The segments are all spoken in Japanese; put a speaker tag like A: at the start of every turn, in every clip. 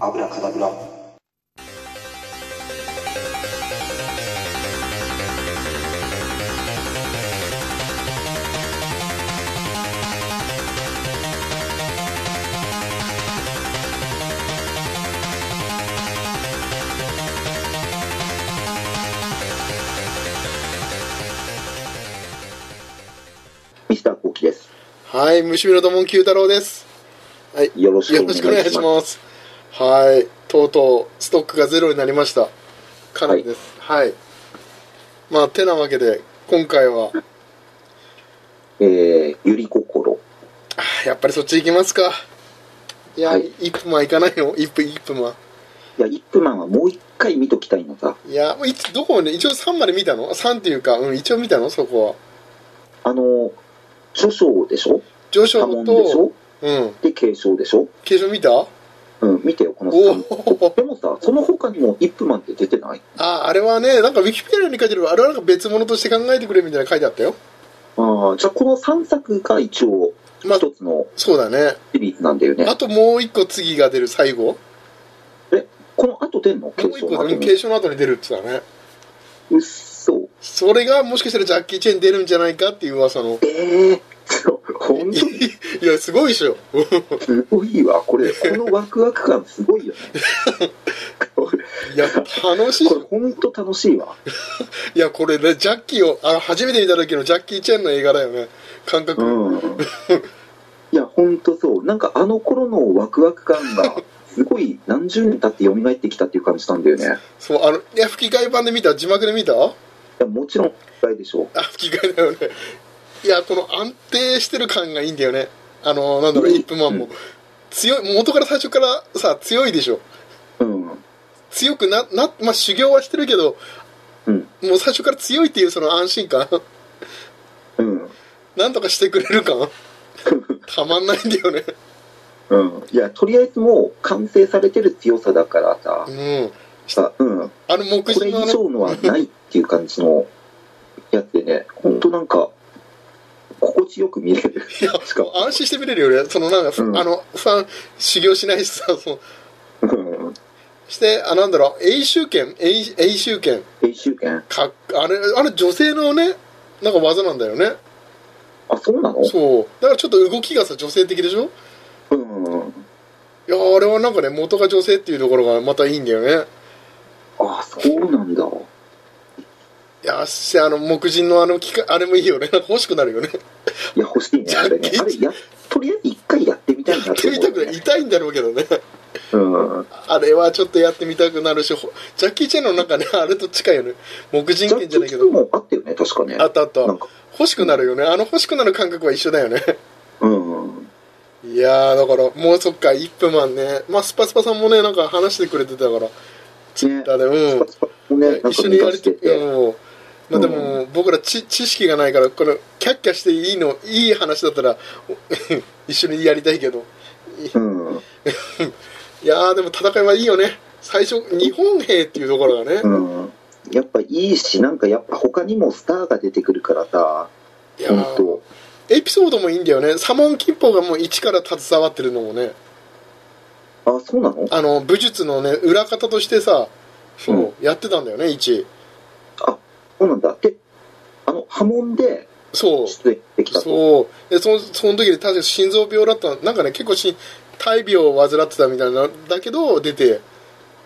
A: アブラカダブラミスターコウキです
B: はい、虫のどもん九太郎です。はい、
A: よろしくお願
B: よろ
A: い
B: し
A: し
B: くお願
A: ま
B: い
A: す
B: します。はい、とうとうストックがゼロになりました。かなりです。はい。まあ、てなわけで、今回は、
A: えー、ゆりこころ
B: あーやっぱりそっち行きますか。いや、
A: はい
B: い、イップマン行かないよ、イップ、イップマ
A: いやイップマンはもう一回見ときたいのさ
B: ン。いや、もういつ、どこをね、一応3まで見たの ?3 っていうか、うん、一応見たのそこは。
A: あの諸将でしょ
B: 上昇
A: 多門でし
B: と、
A: ょ
B: うん、
A: で継承でしょ
B: 継承見たお
A: うん見てよこの三
B: お
A: でもさその他にもイップマンって出てない
B: あー、あれはね、なんかウィキペディアに書いてるあれはなんか別物として考えてくれみたいな書いてあったよ。
A: ああじゃあこの3作が一応
B: まあ
A: 一つの
B: そうだね。
A: シリーズなんだよね、
B: あともう一個次が出る最後も
A: この後出んの
B: う
A: 継
B: 一
A: 承
B: 個
A: の後
B: うん
A: に
B: 継承の後に出るって言ってたね
A: うっそ
B: それがもしかしたらジャッキー・チェン出るんじゃないかっていう噂の
A: ええー、 そうほんと
B: いやすごいでしょ
A: すごいわこれこのワクワク感すごい よねこれ
B: いや楽しい
A: これほんと楽しいわ
B: いやこれねジャッキーをあ初めて見た時のジャッキー・チェンの映画だよね感覚、
A: うんいやほんとそうなんかあの頃のワクワク感がすごい何十年経って蘇ってきたっていう感じなんだよねい
B: そうあのいや吹き替え版で見た字幕で見たあ
A: やもちろん深いでしょ
B: 吹き替えだよねいやこの安定してる感がいいんだよねあのなんだろう
A: うん
B: イップマンも、
A: う
B: 強いもう元から最初からさ強いでしょ
A: うん
B: 強くなな、まあ、修行はしてるけど
A: うん
B: もう最初から強いっていうその安心感
A: うん
B: なんとかしてくれ る感たまんないんだよね
A: うんいやとりあえずもう完成されてる強さだからさ
B: うん
A: さうん
B: あの目
A: これ
B: 次
A: 以
B: のあの
A: 上のはないっていう感じのやってねほんとなんか心地よく見れる
B: いや
A: しか
B: もう安心して見れるよねそのなんか、ふ
A: うん
B: あの不安修行しないしさその
A: うん
B: してあなんだろう永州拳永永州拳
A: 編集権
B: かっあれあれ女性のねなんか技なんだよね
A: あそうなの
B: そうだからちょっと動きがさ女性的でしょ
A: うん
B: いやあれはなんかね元が女性っていうところがまたいいんだよね
A: あそうなんだ
B: いやしてあの木人のあの機械あれもいいよねなんか欲しくな るよね
A: いや、欲しいね、あれね。あれや、とりあえず一回やってみたいな
B: や
A: っ
B: ってて
A: 思
B: み
A: う、
B: たくない
A: ね。
B: 痛いんだろうけどね
A: うん。
B: あれはちょっとやってみたくなるしほジャッキー・チェンの中ねあれと近いよね黙
A: ジ
B: 人
A: ャッ
B: 犬
A: キ
B: じゃないけ
A: ー
B: ど
A: もあったよね、確かね。
B: あったあった
A: なんか、
B: 欲しくなるよねあの欲しくなる感覚は一緒だよね
A: うん。
B: いやーだからもうそっか1分マンねまあスパスパさんもねなんか話してくれてたからツイッターで
A: ス
B: う
A: パ
B: ん
A: スパもね、なんか
B: 一緒
A: 見
B: にや
A: 出
B: り
A: しててて。
B: うんまあでも、僕ら知知識がないからこのキャッキャしていいのいい話だったら お一緒にやりたいけど
A: うん。う
B: いやーでも戦いはいいよね最初日本兵っていうところがね、
A: ん。やっぱいいし、なんかやっぱ他にもスターが出てくるからさ、
B: いや
A: ほん
B: ー
A: と。
B: エピソードもいいんだよねサモンキッポがもう一から携わってるのもね
A: あ、そうなの
B: あの武術のね裏方としてさそう、やってたんだよね一
A: そうなんだ。で、あの、波紋で
B: そう
A: 出演できたと。
B: そうでそのその時で確か心臓病だったなんかね結構し大病を患ってたみたいなんだけど出て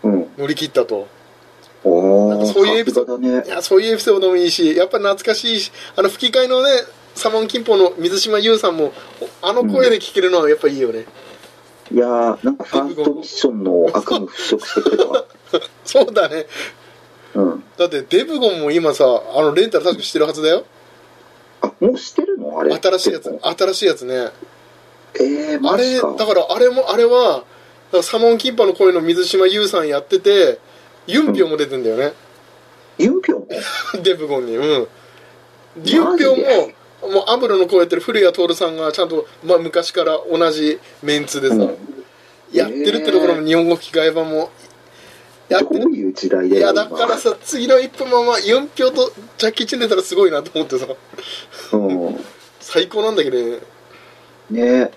A: うん。
B: 乗り切ったとなん
A: お
B: か
A: ー、
B: そういうエピ
A: さ
B: ソ
A: すがだね
B: い。やそういうエピソードもいいしやっぱ懐かしいしあの吹き替えのねサモンキッポの水島優さんもおあの声で聞けるのはやっぱいいよね、
A: いやー、なんかファーストミッションの悪夢払拭してくれたわ。
B: そうだね
A: うん。
B: だってデブゴンも今さあのレンタル確かしてるはずだよ
A: あ、もうしてるのあれ。
B: 新しいやつ新しいやつね
A: えー、
B: あ
A: マ
B: れ
A: ジ
B: だ
A: か。
B: からあれもあれはだからサモンキンパの声の水島優さんやっててユンピョウも出てんだよね、
A: ユンピョンも
B: デブゴンにうんユンピョ
A: マジで
B: ウももうアムロの声やってる古谷徹さんがちゃんと、まあ、昔から同じメンツでさ、
A: うん
B: やってるってところの日本語吹き替え版もやって
A: ど
B: る
A: ういう時代
B: い
A: だよ
B: やだからさ次の一歩もまあユンピョウとジャッキー・チェン出たらすごいなと思ってさ
A: 今うん、
B: 最高なんだけどね
A: ねえ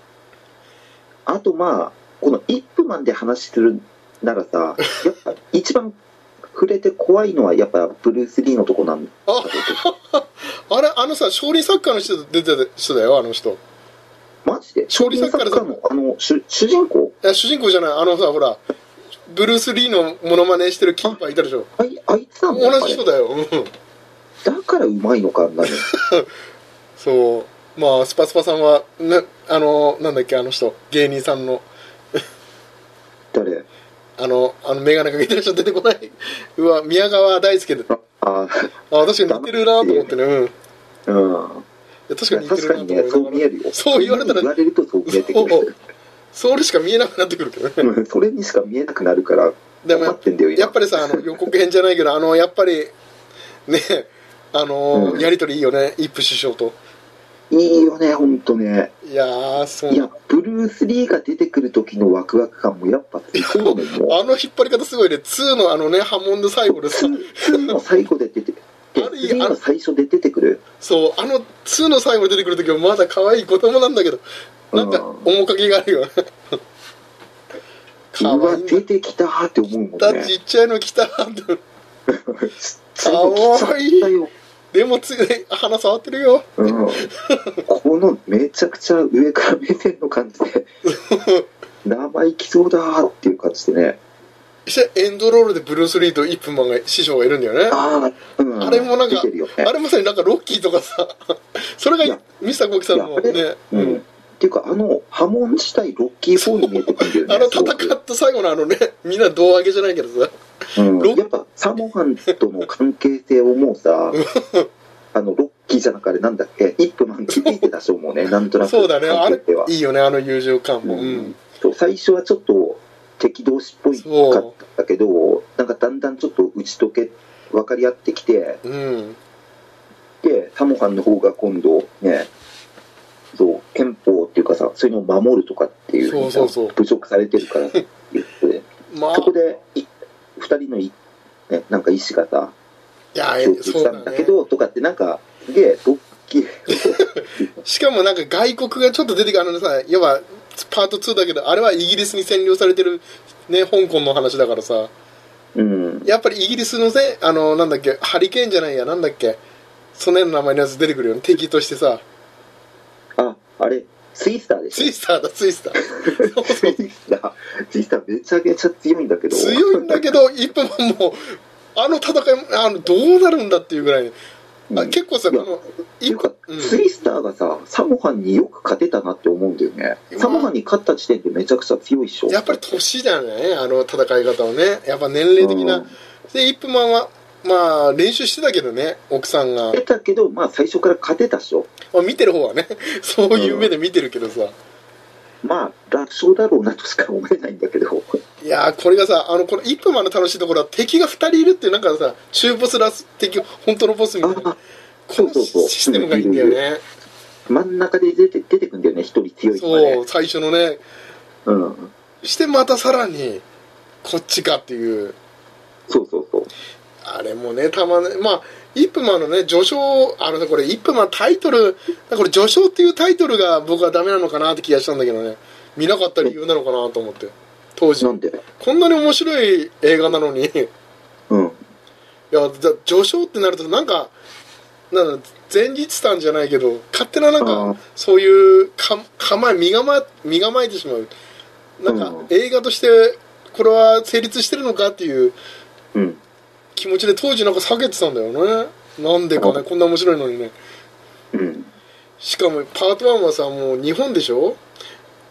A: あとまあこの「イップマン」で話するならさ、やっぱ一番触れて怖いのはやっぱブルース・リーのとこなんだ
B: あ
A: けど、
B: あれあのさ少林サッカーの人出てた人だよあの人
A: マジで
B: 少林サッカーだ
A: 少林サッカーのあの主主人公
B: いや主人公じゃないあのさほらブルース・リーのモノマネしてるキーパーいたでしょ
A: あいあいつなんだ
B: 同じ人だよ、うん、
A: あれだからうまいのかあんなに
B: そうまあスパスパさんはなあのなんだっけあの人芸人さんの
A: 誰
B: あのあの眼鏡かけてる人出てこないう わ宮川大輔であ
A: あ
B: 確かに似てるなと思ってねうんい
A: うん
B: や確かに似て
A: 確
B: る
A: か
B: な
A: に
B: と
A: ねそ
B: 思いながら
A: う見えるよ
B: そう言われたら
A: 言われるとそう見えてく
B: そう
A: る
B: それしか見えなくなってくる けどね
A: うんそれにしか見えなくなるから
B: で
A: 困
B: も
A: ってんだよ今
B: やっぱりさあの予告編じゃないけどあのやっぱりねあの、
A: うん
B: やりとりいいよねイップ首相と
A: いいよねほんとね
B: いやーそう
A: いやブルース・リーが出てくる時のワクワク感もやっぱついてるもんも
B: あの引っ張り方すごいね2のあのねハモンド最後でさ
A: 2の最後で出てで
B: あれ
A: 3の最初で出てくる
B: そうあの2の最後に出てくる時はまだ可愛い子供なんだけどなんか
A: うん
B: 面影があるよね
A: う
B: 可
A: わ
B: 愛いんだ
A: 出てきたーって思うもんね
B: だちっちゃいの来たと
A: かわいいよ、
B: でもつい鼻触ってるよ
A: うん、このめちゃくちゃ上から目線の感じ で生意気そうだーっていう感じでね
B: そしてエンドロールでブルース・リーとイップマンが師匠がいるんだよね
A: ああ、うん、
B: あれもなんか
A: 出てるよね
B: あれまさになんかロッキーとかさ それ
A: い
B: が
A: や
B: ミスターコウキさんのね
A: いや
B: う
A: うん、っ
B: ん
A: ていうかあの波紋自体ロッキー4に見えてくるんだ
B: あ
A: よね
B: の
A: すごく
B: 戦った最後のあのねみんな胴上げじゃないけどさ
A: うん、
B: ロ
A: やっぱサモハンとの関係性をもう さあのロッキーじゃなくあれなんだっけイップマン気づいてたしょう もうねなんとなく
B: そうだねあ
A: 関
B: れ
A: 係性はい
B: いよねあの友情感もう
A: うん
B: ん
A: そう最初はちょっと敵同士っぽいかったけどなんかだんだんちょっと打ち解け分かり合ってきて
B: うん
A: でサモハンの方が今度ねそう憲法っていうかさそういうのを守るとかっていう
B: そうそうそう
A: 侮辱されてるからっていうことで
B: ま あ
A: そこでい二人のい、ね、なんか意思がさ
B: いや
A: 共通
B: そう
A: した
B: だ
A: んだ
B: ね
A: けどとかってなんかすげえロッキー
B: しかもなんか外国がちょっと出てくるあのさ要はパート2だけどあれはイギリスに占領されてるね香港の話だからさ
A: うん
B: やっぱりイギリスのねあのなんだっけハリケーンじゃないやなんだっけそのような名前のやつ出てくるよね敵としてさ
A: ああれツイスターでし
B: ツ
A: ょ
B: イスターだツイスターそう
A: ツ
B: そう
A: イスターツイスターめちゃめちゃ強いんだけど
B: 強いんだけど一歩ももうあの戦いあのどうなるんだっていうぐらいねあ
A: うん
B: 結構さ
A: い
B: こ
A: や
B: の
A: ってい
B: 一
A: うか
B: 歩、うん、
A: ツイスターがさサモハンによく勝てたなって思うんだよね
B: うん
A: サモハンに勝った時点でめちゃくちゃ強いっしょ
B: やっぱり年だねあの戦い方はねやっぱ年齢的な、
A: うん
B: でイップマンはまあ練習してたけどね奥さんが
A: 勝、てたけどまあ最初から勝てたっしょ
B: まあ、見てる方はね そういう目で見てるけどさ、
A: まあ楽勝だろうなとしか思えないんだけど
B: いやーこれがさあのこのイップマンの楽しいところは敵が2人いるっていうなんかさ中ボスラス敵本当のボスみたいな
A: あ
B: こ
A: そう
B: の
A: そうそう
B: システムがいいんだよね
A: 真ん中で出て出てくんだよね一人強いのが
B: そ
A: ね
B: う最初のね
A: うん
B: してまたさらにこっちかっていう
A: そうそうそう
B: あれもねたまねまあイップマンのね序章あのねこれイップマンタイトルこれ序章っていうタイトルが僕はダメなのかなって気がしたんだけどね見なかった理由なのかなと思って当時
A: なんで
B: こんなに面白い映画なのにいや
A: うん
B: じゃ序章ってなるとなんかなんだ前日さんじゃないけど勝手ななん
A: あ
B: か
A: ー
B: そういうか構え身構え身構えてしまうなんか
A: うん
B: 映画としてこれは成立してるのかっていう
A: うん
B: 気持ちで当時なんか下げてたんだよねなんでかね
A: うん
B: こんな面白いのにね
A: うん
B: しかもパート1はさもう日本でしょ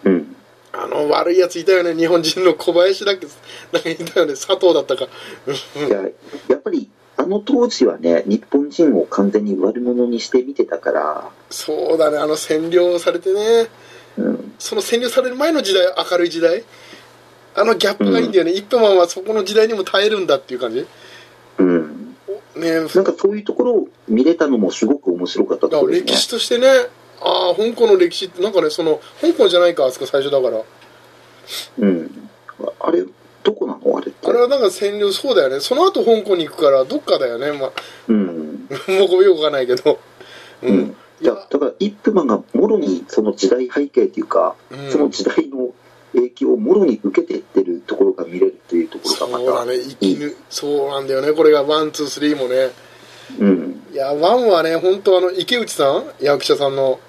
A: うん
B: あの悪いやついたよね日本人の小林だっけなんかいたよね佐藤だったか
A: いややっぱりあの当時はね日本人を完全に悪者にして見てたから
B: そうだねあの占領されてね
A: うん
B: その占領される前の時代明るい時代あのギャップがいいんだよね、イップマンはそこの時代にも耐えるんだっていう感じ
A: うん
B: おね
A: なんかそういうところを見れたのもすごく面白かった
B: だ
A: と
B: か
A: こ
B: ら
A: ろ
B: 歴
A: です
B: 史としてねああ香港の歴史ってなんかねその香港じゃないかあそこ最初だから
A: ね。うん。あれ、どこなのあれって。
B: あれはなんか占領そうだよねその後香港に行くからどっかだよね、まあ、
A: うん。
B: もうこれよくわかんないけどう
A: うんん。いや、だから、イップマンがもろにその時代背景っていうか、
B: うん
A: その時代の影響をもろに受けてってるところが見れるっていころ
B: そ
A: がま
B: うだ
A: た
B: ね生き抜、そうなんだよねこれがワンツースリーもね
A: うん
B: いやワンはね本当あの池内さん役者さんの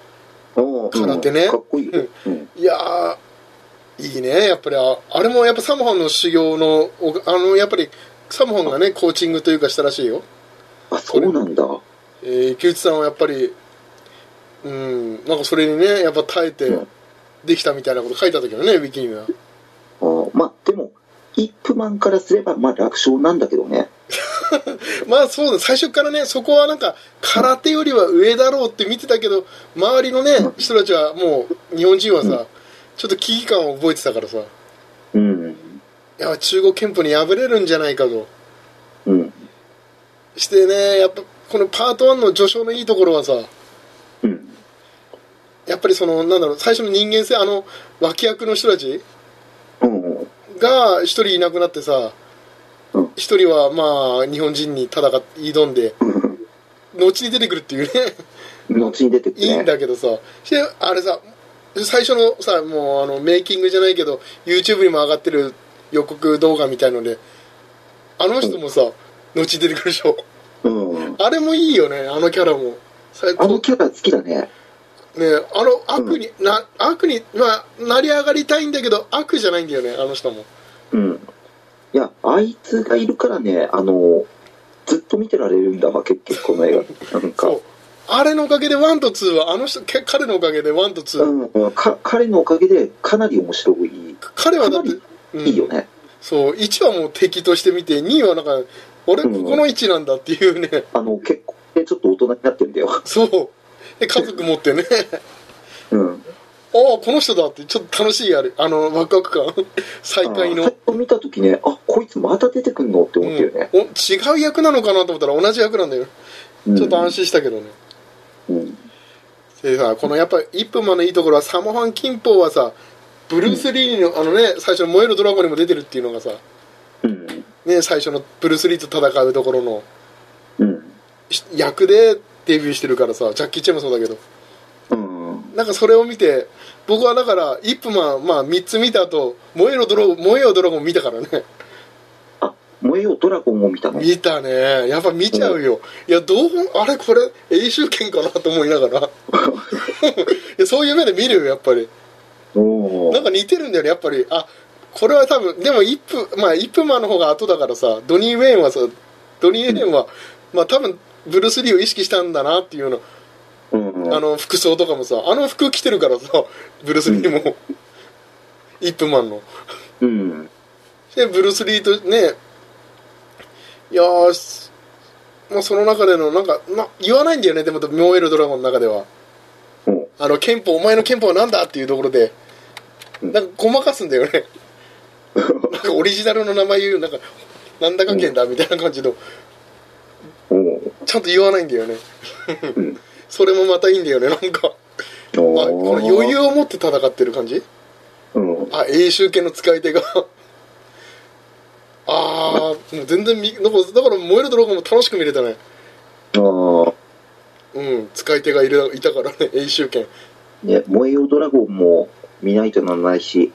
A: あー
B: 空手ね
A: うんかっこいいよ、うん
B: いやーいいねやっぱりああれもやっぱサムハンの修行のおあのやっぱりサムハンがねコーチングというかしたらしいよ、
A: あそうなんだ
B: えー池内さんはやっぱりうんなんかそれにねやっぱ耐えて
A: うん
B: できたみたいなこと書いた時のねウィキには
A: あーまあでもイップマンからすればまあ楽勝なんだけどね
B: まあそうだ最初からねそこはなんか空手よりは上だろうって見てたけど周りのね
A: うん
B: 人たちはもう日本人はさ、
A: うん
B: ちょっと危機感を覚えてたからさい
A: うん
B: や中国憲法に敗れるんじゃないかと
A: うん
B: してねやっぱこのパート1の序章のいいところはさ
A: うん
B: やっぱりそのなんだろう最初の人間性あの脇役の人たち
A: うん
B: が一人いなくなってさ
A: うん
B: 一人はまあ日本人に戦って挑んで
A: うん
B: 後に出てくるっていうね
A: 後に出てく
B: い
A: る
B: いん
A: ね
B: だけどさ、してあれさ最初のさもうあのメイキングじゃないけど YouTube にも上がってる予告動画みたいのであの人もさ、後に出てくるでしょ
A: うん
B: あれもいいよねあのキャラも最
A: あの
B: 高
A: キャラ好きだね
B: ねあの悪に、な悪にまあ成り上がりたいんだけど悪じゃないんだよねあの人も
A: うんいやあいつがいるからねあのずっと見てられるんだわ結局この映画なんか
B: そうあれのおかげで1と2はあの人け彼のおかげで1と2、
A: うん、か彼のおかげでかなり面白い、
B: 彼はだって
A: かないいよね、
B: そう1はもう敵として見て2はなんか俺ここの位置なんだっていうね、
A: あの結婚でちょっと大人になってんだよ、
B: そうで家族持ってね あ
A: うん、
B: あこの人だってちょっと楽しいあれあのワクワク感 再会の
A: あー、最初見た時ねあこいつまた出てくんのって
B: うん
A: 思ったよね、
B: お違う役なのかなと思ったら同じ役なんだよ
A: うん
B: ちょっと安心したけどね、
A: うん
B: でさこのやっぱ「イップマン」のいいところはサモハン・キンポーはさブルース・リーのあのね最初の「燃えるドラゴン」にも出てるっていうのがさ、
A: うん
B: ね、最初のブルース・リーと戦うところの
A: うん
B: し役でデビューしてるからさジャッキー・チェンもそうだけど
A: うん
B: なんかそれを見て僕はだから「イップマン」まあ3つ見た後燃えろドラゴン」「燃えよドラゴン」見たからね
A: あ燃えよドラゴンを見たの
B: 見たねやっぱ見ちゃうよ、いやどうあれこれ永州圏かなと思いながら いやそういう目で見るよやっぱり
A: お
B: なん
A: ー
B: か似てるんだよねやっぱりあこれは多分でもイップまあイップマンの方が後だからさドニー・ウェインはさドニー・ウェインは、まあ多分ブルース・リーを意識したんだなっていうの
A: うん
B: あの服装とかもさあの服着てるからさブルース・リーも、イップマンの
A: うん
B: でブルース・リーとねいやーすまあ、その中でのなんかな言わないんだよねでも燃えるドラゴンの中では
A: うん
B: あの憲法お前の憲法は何だっていうところで
A: うん
B: なんかごまかすんだよねなんかオリジナルの名前言うなんかなんだか県だみたいな感じの
A: おー
B: ちゃんと言わないんだよね
A: うん
B: それもまたいいんだよねなんかあ
A: お
B: この余裕を持って戦ってる感じ
A: うん
B: あ永州系の使い手がああもう全然みなんかだから「燃えるドラゴン」も楽しく見れたね
A: あー
B: うん使い手がいるいたからね 永州圏
A: ね、燃えよドラゴンも見ないとならない し、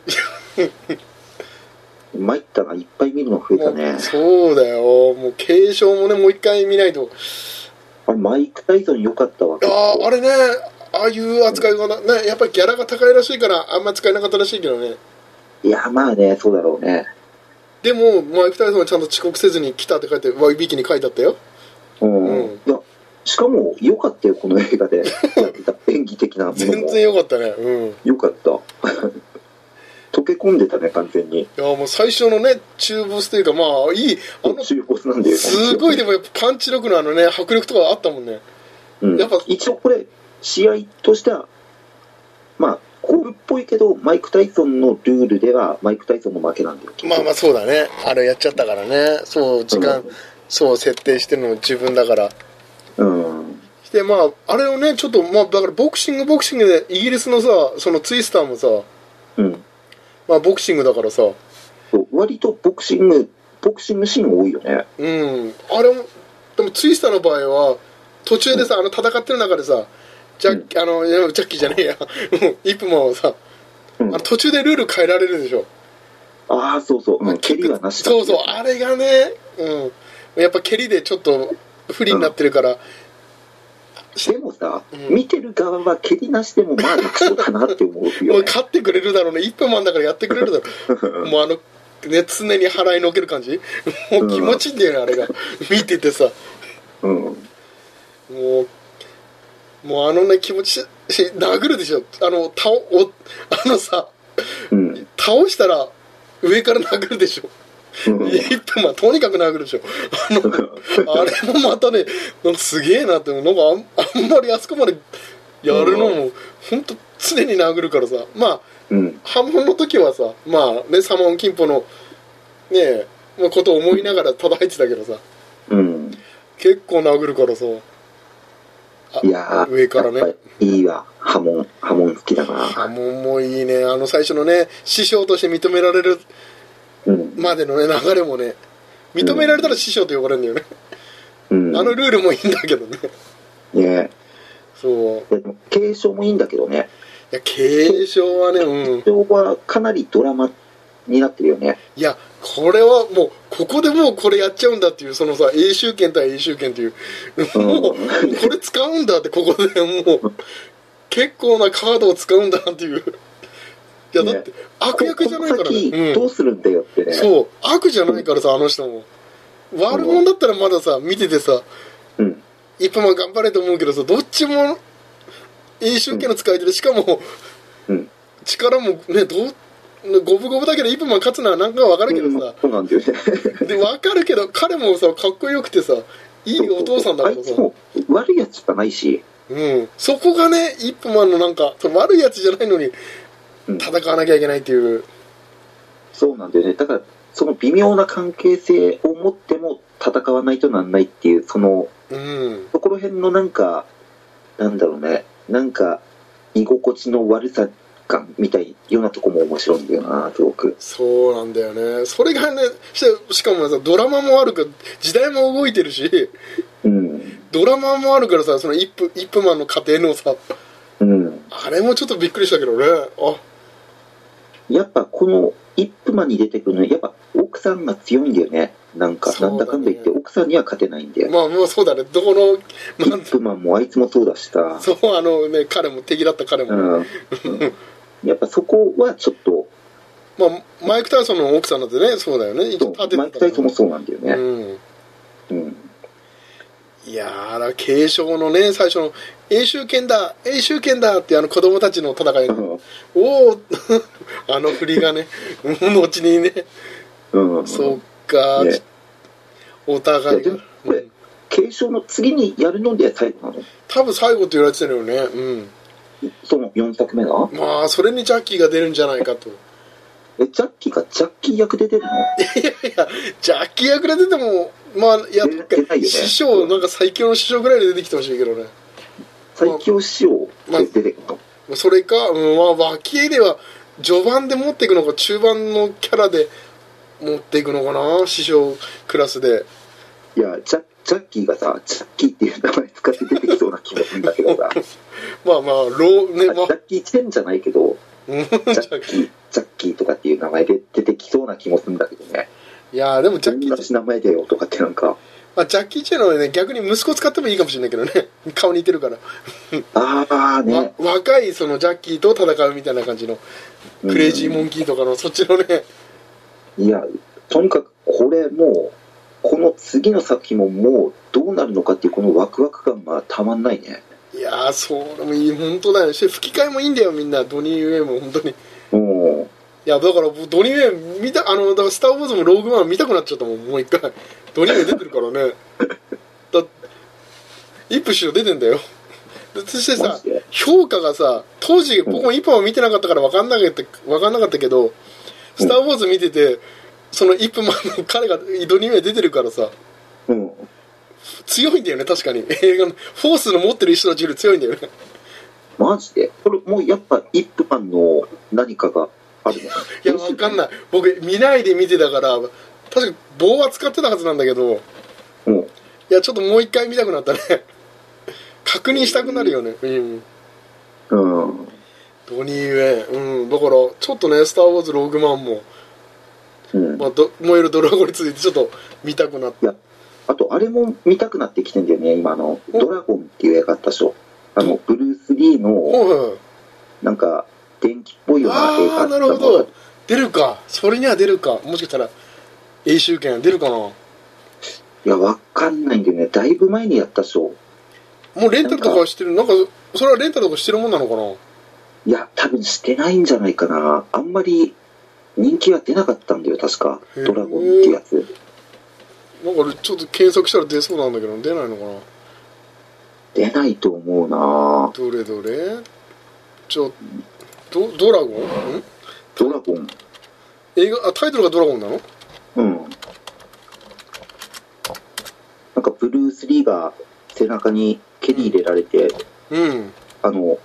A: 参ったな、いっぱい見るの増えた
B: も
A: ね
B: う。そうだよもう継承もねもう一回見ないと
A: あれ、マイク・タイソン良かったわ。
B: あああれねああいう扱いがな、ね、やっぱりギャラが高いらしいからあんま使えなかったらしいけどね
A: いや、まあね、そうだろうね。
B: でもマイク・タイソンはちゃんと遅刻せずに来たって書いてわいびきに書いてあったよ
A: うん。
B: うん
A: いや、しかも良かったよ、この映画で。 やってた演技的なもの
B: 全
A: も。
B: 然良かったねうん
A: 良かった。 溶け込んでたね、完全に。
B: いやもう最初のね中ボスというかまあいいあの
A: 中ボスなんだよ。
B: すごいでもやっぱパンチ力のあのね迫力とかあったもんね
A: うん
B: やっぱ
A: 一応これ、試合としては、まあ、コールっぽいけど、マイク・タイソンのルールでは、マイク・タイソンの負けなんだよ。
B: まあまあそうだねあれやっちゃったからねそう時間、
A: うん
B: そう設定してるのも自分だから
A: うん。
B: でまああれをねちょっとまあだからボクシングボクシングでイギリスのさそのツイスターもさ
A: うん。
B: まあボクシングだからさ
A: そう割とボクシング、ボクシングシーン多いよね。
B: うんあれもでもツイスターの場合は途中でさあの戦ってる中でさジャッキ、あのいやジャッキーじゃねえやもうイップマンはさ、
A: う
B: あ
A: ん。
B: の
A: あ
B: 途中でルール変えられるでしょ
A: ああそうそう、うん、蹴りはなしだ
B: そうそうあれがねうんやっぱ蹴りでちょっと不利になってるから、
A: でもさ、
B: うん
A: 見てる側は蹴りなしでもまあ楽勝かなって思う
B: も
A: よ
B: う
A: ね
B: 勝ってくれるだろうね1分前だからやってくれるだろうもうあのね常に払いのける感じもう気持ちいいんだよねあれが見ててさ
A: うん
B: もうもうあのね気持ちし殴るでしょあの倒おあのさ
A: うん
B: 倒したら上から殴るでしょ
A: うん
B: 1分前とにかく殴るでしょあのあれもまたねなんかすげえなって思うなんかあんあんまりあそこまでやるのも本当常に殴るからさまあ
A: うん
B: 半分の時はさまあねサマンキンポのねえ、まあ、ことを思いながら叩いてたけどさ
A: うん
B: 結構殴るからさあ
A: いやー
B: 上からね
A: やっぱりいいわ波紋波紋好きだから
B: 波紋もいいねあの最初のね師匠として認められる
A: うん
B: までのね流れもね認められたら師匠と呼ばれるんだよね、
A: うん
B: あのルールもいいんだけどね
A: ね
B: そうい
A: でも継承もいいんだけどね
B: や継承はねうん
A: 継承はかなりドラマになってるよね
B: いやこれはもうここでもうこれやっちゃうんだっていうそのさ永州権対永州権っていう
A: うん
B: もうこれ使うんだってここでもう結構なカードを使うんだっていういやだって悪役じゃないから
A: この
B: ね、
A: 先
B: う
A: ど
B: ん
A: うするんだよってね
B: そう悪じゃないからさあの人も悪者だったらまださ見ててさ
A: うん
B: 一歩も頑張れと思うけどさどっちも永州権の使い手でしかも
A: うん
B: 力もねどう五分五分だけど一歩も勝つのはなんかわかるけどさ、
A: そうなんだよね
B: でわかるけど彼もさかっこよくてさいいお父さんだ
A: あ
B: か
A: い
B: らさ
A: つも悪いやつじゃないし
B: うん、そこがね一歩マンのなんかその悪いやつじゃないのに
A: うん
B: 戦わなきゃいけないっていう、
A: そうなんだよねだからその微妙な関係性を持っても戦わないとなんないっていうその
B: うん、
A: そこら辺のなんかなんだろうねなんか居心地の悪さ感みたいようなとこも面白いんだよなすごく
B: そうなんだよねそれがねしてしかもさドラマもあるから時代も動いてるし
A: うん
B: ドラマもあるからさその一歩一歩マンの家庭のさ
A: うん
B: あれもちょっとびっくりしたけどねあ
A: やっぱこのイップマンに出てくるのやっぱ奥さんが強いんだよねなんか
B: そう
A: な
B: だ
A: ん
B: ね
A: だかんだ言って奥さんには勝てないん だよ、
B: まあもうそうだねどこの、ま
A: イップマンもあいつもそうだしさ
B: あ、そうあのね彼も敵だった彼も、
A: うん、やっぱそこはちょっと
B: まあ、マイク・タイソンの奥さんだってねそうだよね一
A: そ
B: 応立てて
A: うマイク・タイソンもそうなんだよね、
B: うん
A: うん
B: いやーだから継承のね最初の「永州権だ永州権だ」ってあの子供たちの戦いのおお あの振りがね後にね
A: うんうん、
B: そっか、
A: ね
B: お互い
A: いやで
B: が
A: もこれ
B: うん
A: 継承の次にやるので最後なの
B: 多分最後って言われてたよねうん
A: その4作目が
B: まあそれにジャッキーが出るんじゃないかとい
A: えジャッキーがジャッキー役で出るの
B: やジャッキー役で出てもまあいや
A: 出出ないよね
B: 師匠なんか最強の師匠ぐらいで出てきてほしいけどね
A: 最強仕様で出てくるの、
B: それか、うんまあ、脇襟は序盤で持っていくのか中盤のキャラで持っていくのかな師匠クラスで
A: いやジャジャッキーがさジャッキーっていう名前使って出てきそうな気もするんだけど さ
B: まあまあロ
A: ジ
B: ーね
A: ャ
B: まあ
A: ッキーチェンじゃないけど
B: うん
A: ジャッキージャッキーとかっていう名前で出てきそうな気もするんだけどね
B: いやでもジャ
A: 同
B: ッキーチェン、
A: じ名前だよとかってなんか
B: まあ、ジャッキーチェンのね逆に息子使ってもいいかもしれないけどね顔似てるから、
A: ああ
B: わ
A: ね、
B: 若いそのジャッキーと戦うみたいな感じのクレイジーモンキーとかのそっちのね
A: いやとにかくこれもうこの次の作品ももうどうなるのかっていうこのワクワク感がたまんないね
B: いやーそうでもいい本当だよねして吹き替えもいいんだよみんなドニー・ウェイも本当に
A: も
B: いやだから僕ドニー・ウェイ見たあのだからスター・ウォーズ」も「ローグワン」見たくなっちゃったもんもう一回ドニー・ウェイ出てるからねだイップ師匠出てんだよでそして
A: うマ
B: さ
A: ジで
B: 評価がさ当時僕も一本は見てなかったから分かんなかった分かんなかったけど「スター・ウォーズ」見ててそのイップマンの彼がドニー・ウェイ出てるからさ
A: うん
B: 強いんだよね確かに映画のフォースの持ってる人の力強いんだよね
A: マジでこれもうやっぱイップマンの何かがあるのか
B: いや分かん
A: ない
B: ない僕見ないで見てたから確か棒は使ってたはずなんだけど
A: うん
B: いやちょっともう一回見たくなったね 確認したくなるよねうん
A: うん
B: ドニー・ウェイうんだからちょっとね「スター・ウォーズ・ローグマン」も
A: うん
B: まあ、ど燃えるドラゴンについてちょっと見たくなって
A: あとあれも見たくなってきてんだよね今あの「
B: お
A: ドラゴン」っていう映画あったでしょあのブルース・リーの
B: うん
A: なんか電気っぽいような映画
B: ああなるほど出るかそれには出るかもしかしたら永州券出るかなも
A: いやわかんないんだよねだいぶ前にやったでしょ
B: うレンタルとかはしてるなんかそれはレンタルとかしてるもんなのかない
A: や多分してないんじゃないかなあんまり人気は出なかったんだよ確か「
B: へー
A: ドラゴン」っていうやつ
B: なんかちょっと検索したら出そうなんだけど出ないのかな
A: 出ないと思うな
B: どれどれちょドドラゴンん
A: ドラゴン
B: 映画あタイトルがドラゴンなの
A: うんなんかブルース・リーが背中に蹴り入れられて、
B: うん
A: あの、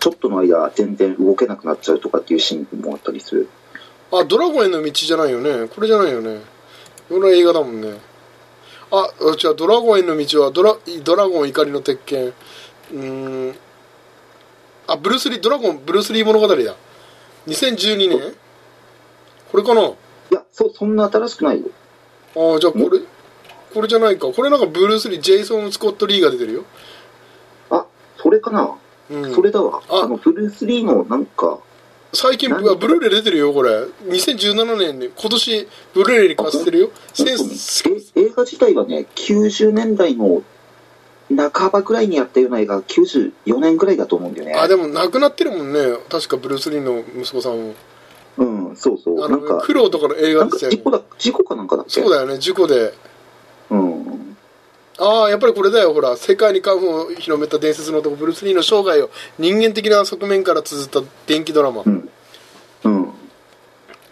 A: ちょっとの間全然動けなくなっちゃうとかっていうシーンもあったりする。
B: あドラゴンへの道じゃないよねこれじゃないよねこれは映画だもんねあ違うドラゴンへの道はドラドラゴン怒りの鉄拳うーんあブルース・リードラゴンブルース・リー物語だ2012年これかなあ
A: いや、そ、そんな新しくないよ。
B: ーじゃあこれこれじゃないかこれなんかブルース・リージェイソン・スコット・リーが出てるよ、
A: あ、それかな、
B: うん、
A: それだわ。
B: あ
A: あの、ブルース・リーのなんか、
B: 最近
A: 何
B: あブルーレイ出てるよこれ2017年に今年ブルーレイに貸してるよ
A: なんか
B: セン
A: ね
B: ス
A: え映画自体はね、90年代の半ばぐらいにやったような映画、94年ぐらいだと思うんだよね。
B: あでも亡くなってるもんね確かブルース・リーの息子さんも
A: うん、そうそう。
B: あ
A: な
B: の
A: んか
B: 苦、労とかの映
A: な
B: 画
A: んか
B: ですよ
A: 事
B: ね
A: 故だ、事故かなんかだっけ
B: そうだよね事故で
A: うん。
B: ああやっぱりこれだよほら世界にカンフーを広めた伝説の男ブルース・リーの生涯を人間的な側面から綴った電気ドラマ
A: うん。うん。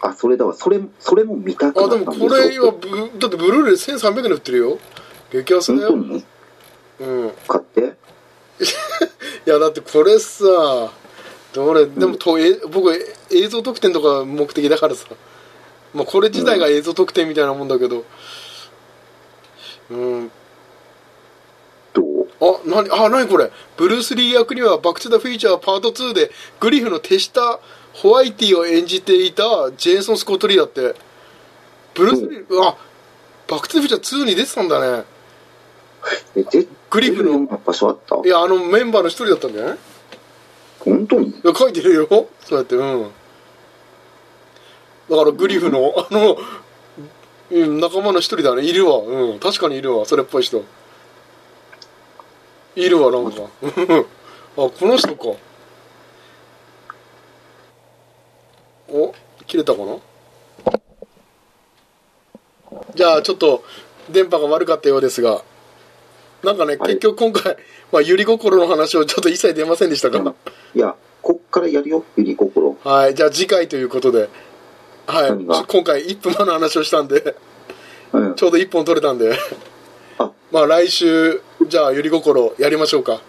A: あ、それだわ。それ、それも見たくな
B: あ
A: った
B: で
A: ん
B: も
A: だよ
B: これはブだってブルーレイ1300円売ってるよ激安
A: 本
B: だ
A: 当
B: よ、
A: に
B: うん、い
A: 買って
B: やだってこれさどれでもと、え僕え映像特典とか目的だからさ、まあ、これ自体が映像特典みたいなもんだけどうん
A: どう
B: あ、なに、あ、なにこれ。ブルース・リー役には、バック・トゥ・ザ・フューチャーパート2で、グリフの手下、ホワイティを演じていた、ジェイソン・スコット・リーだって。ブルース・リー、あ、バック・トゥ・ザ・フューチャー2に出てたんだね。
A: えで
B: グリ
A: 出
B: フの
A: るような場所あった
B: いや、あのメンバーの一人だったんじゃないい
A: 本当に
B: や書いてるよ。そうやって、うん。だから、グリフの、あの、うん、仲間の一人だね。いるわ。うん、確かにいるわ。それっぽい人。いるわ、なんか。 うんあ、この人か。お切れたかなじゃあちょっと電波が悪かったようですがなんかね、
A: はい
B: 結局今回、まあ、ゆり心の話をちょっと一切出ませんでしたから、
A: いやこっからやるよゆり心
B: はいじゃあ次回ということではい
A: 何が
B: 今回1分前の話をしたんで
A: うん
B: ちょうど1本取れたんで
A: あ
B: まあ来週じゃあゆり心やりましょうか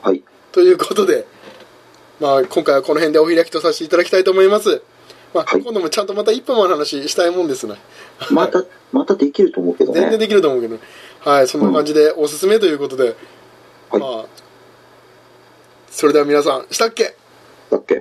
A: はい
B: ということで、まあ、今回はこの辺でお開きとさせていただきたいと思います、まあ
A: はい
B: 今度もちゃんとまた一歩前の話したいもんですね
A: またまたできると思うけど
B: 全然
A: ね
B: できると思うけど、はいそんな感じでおすすめということで、
A: はい
B: まあそれでは皆さんしたっけ
A: だっけ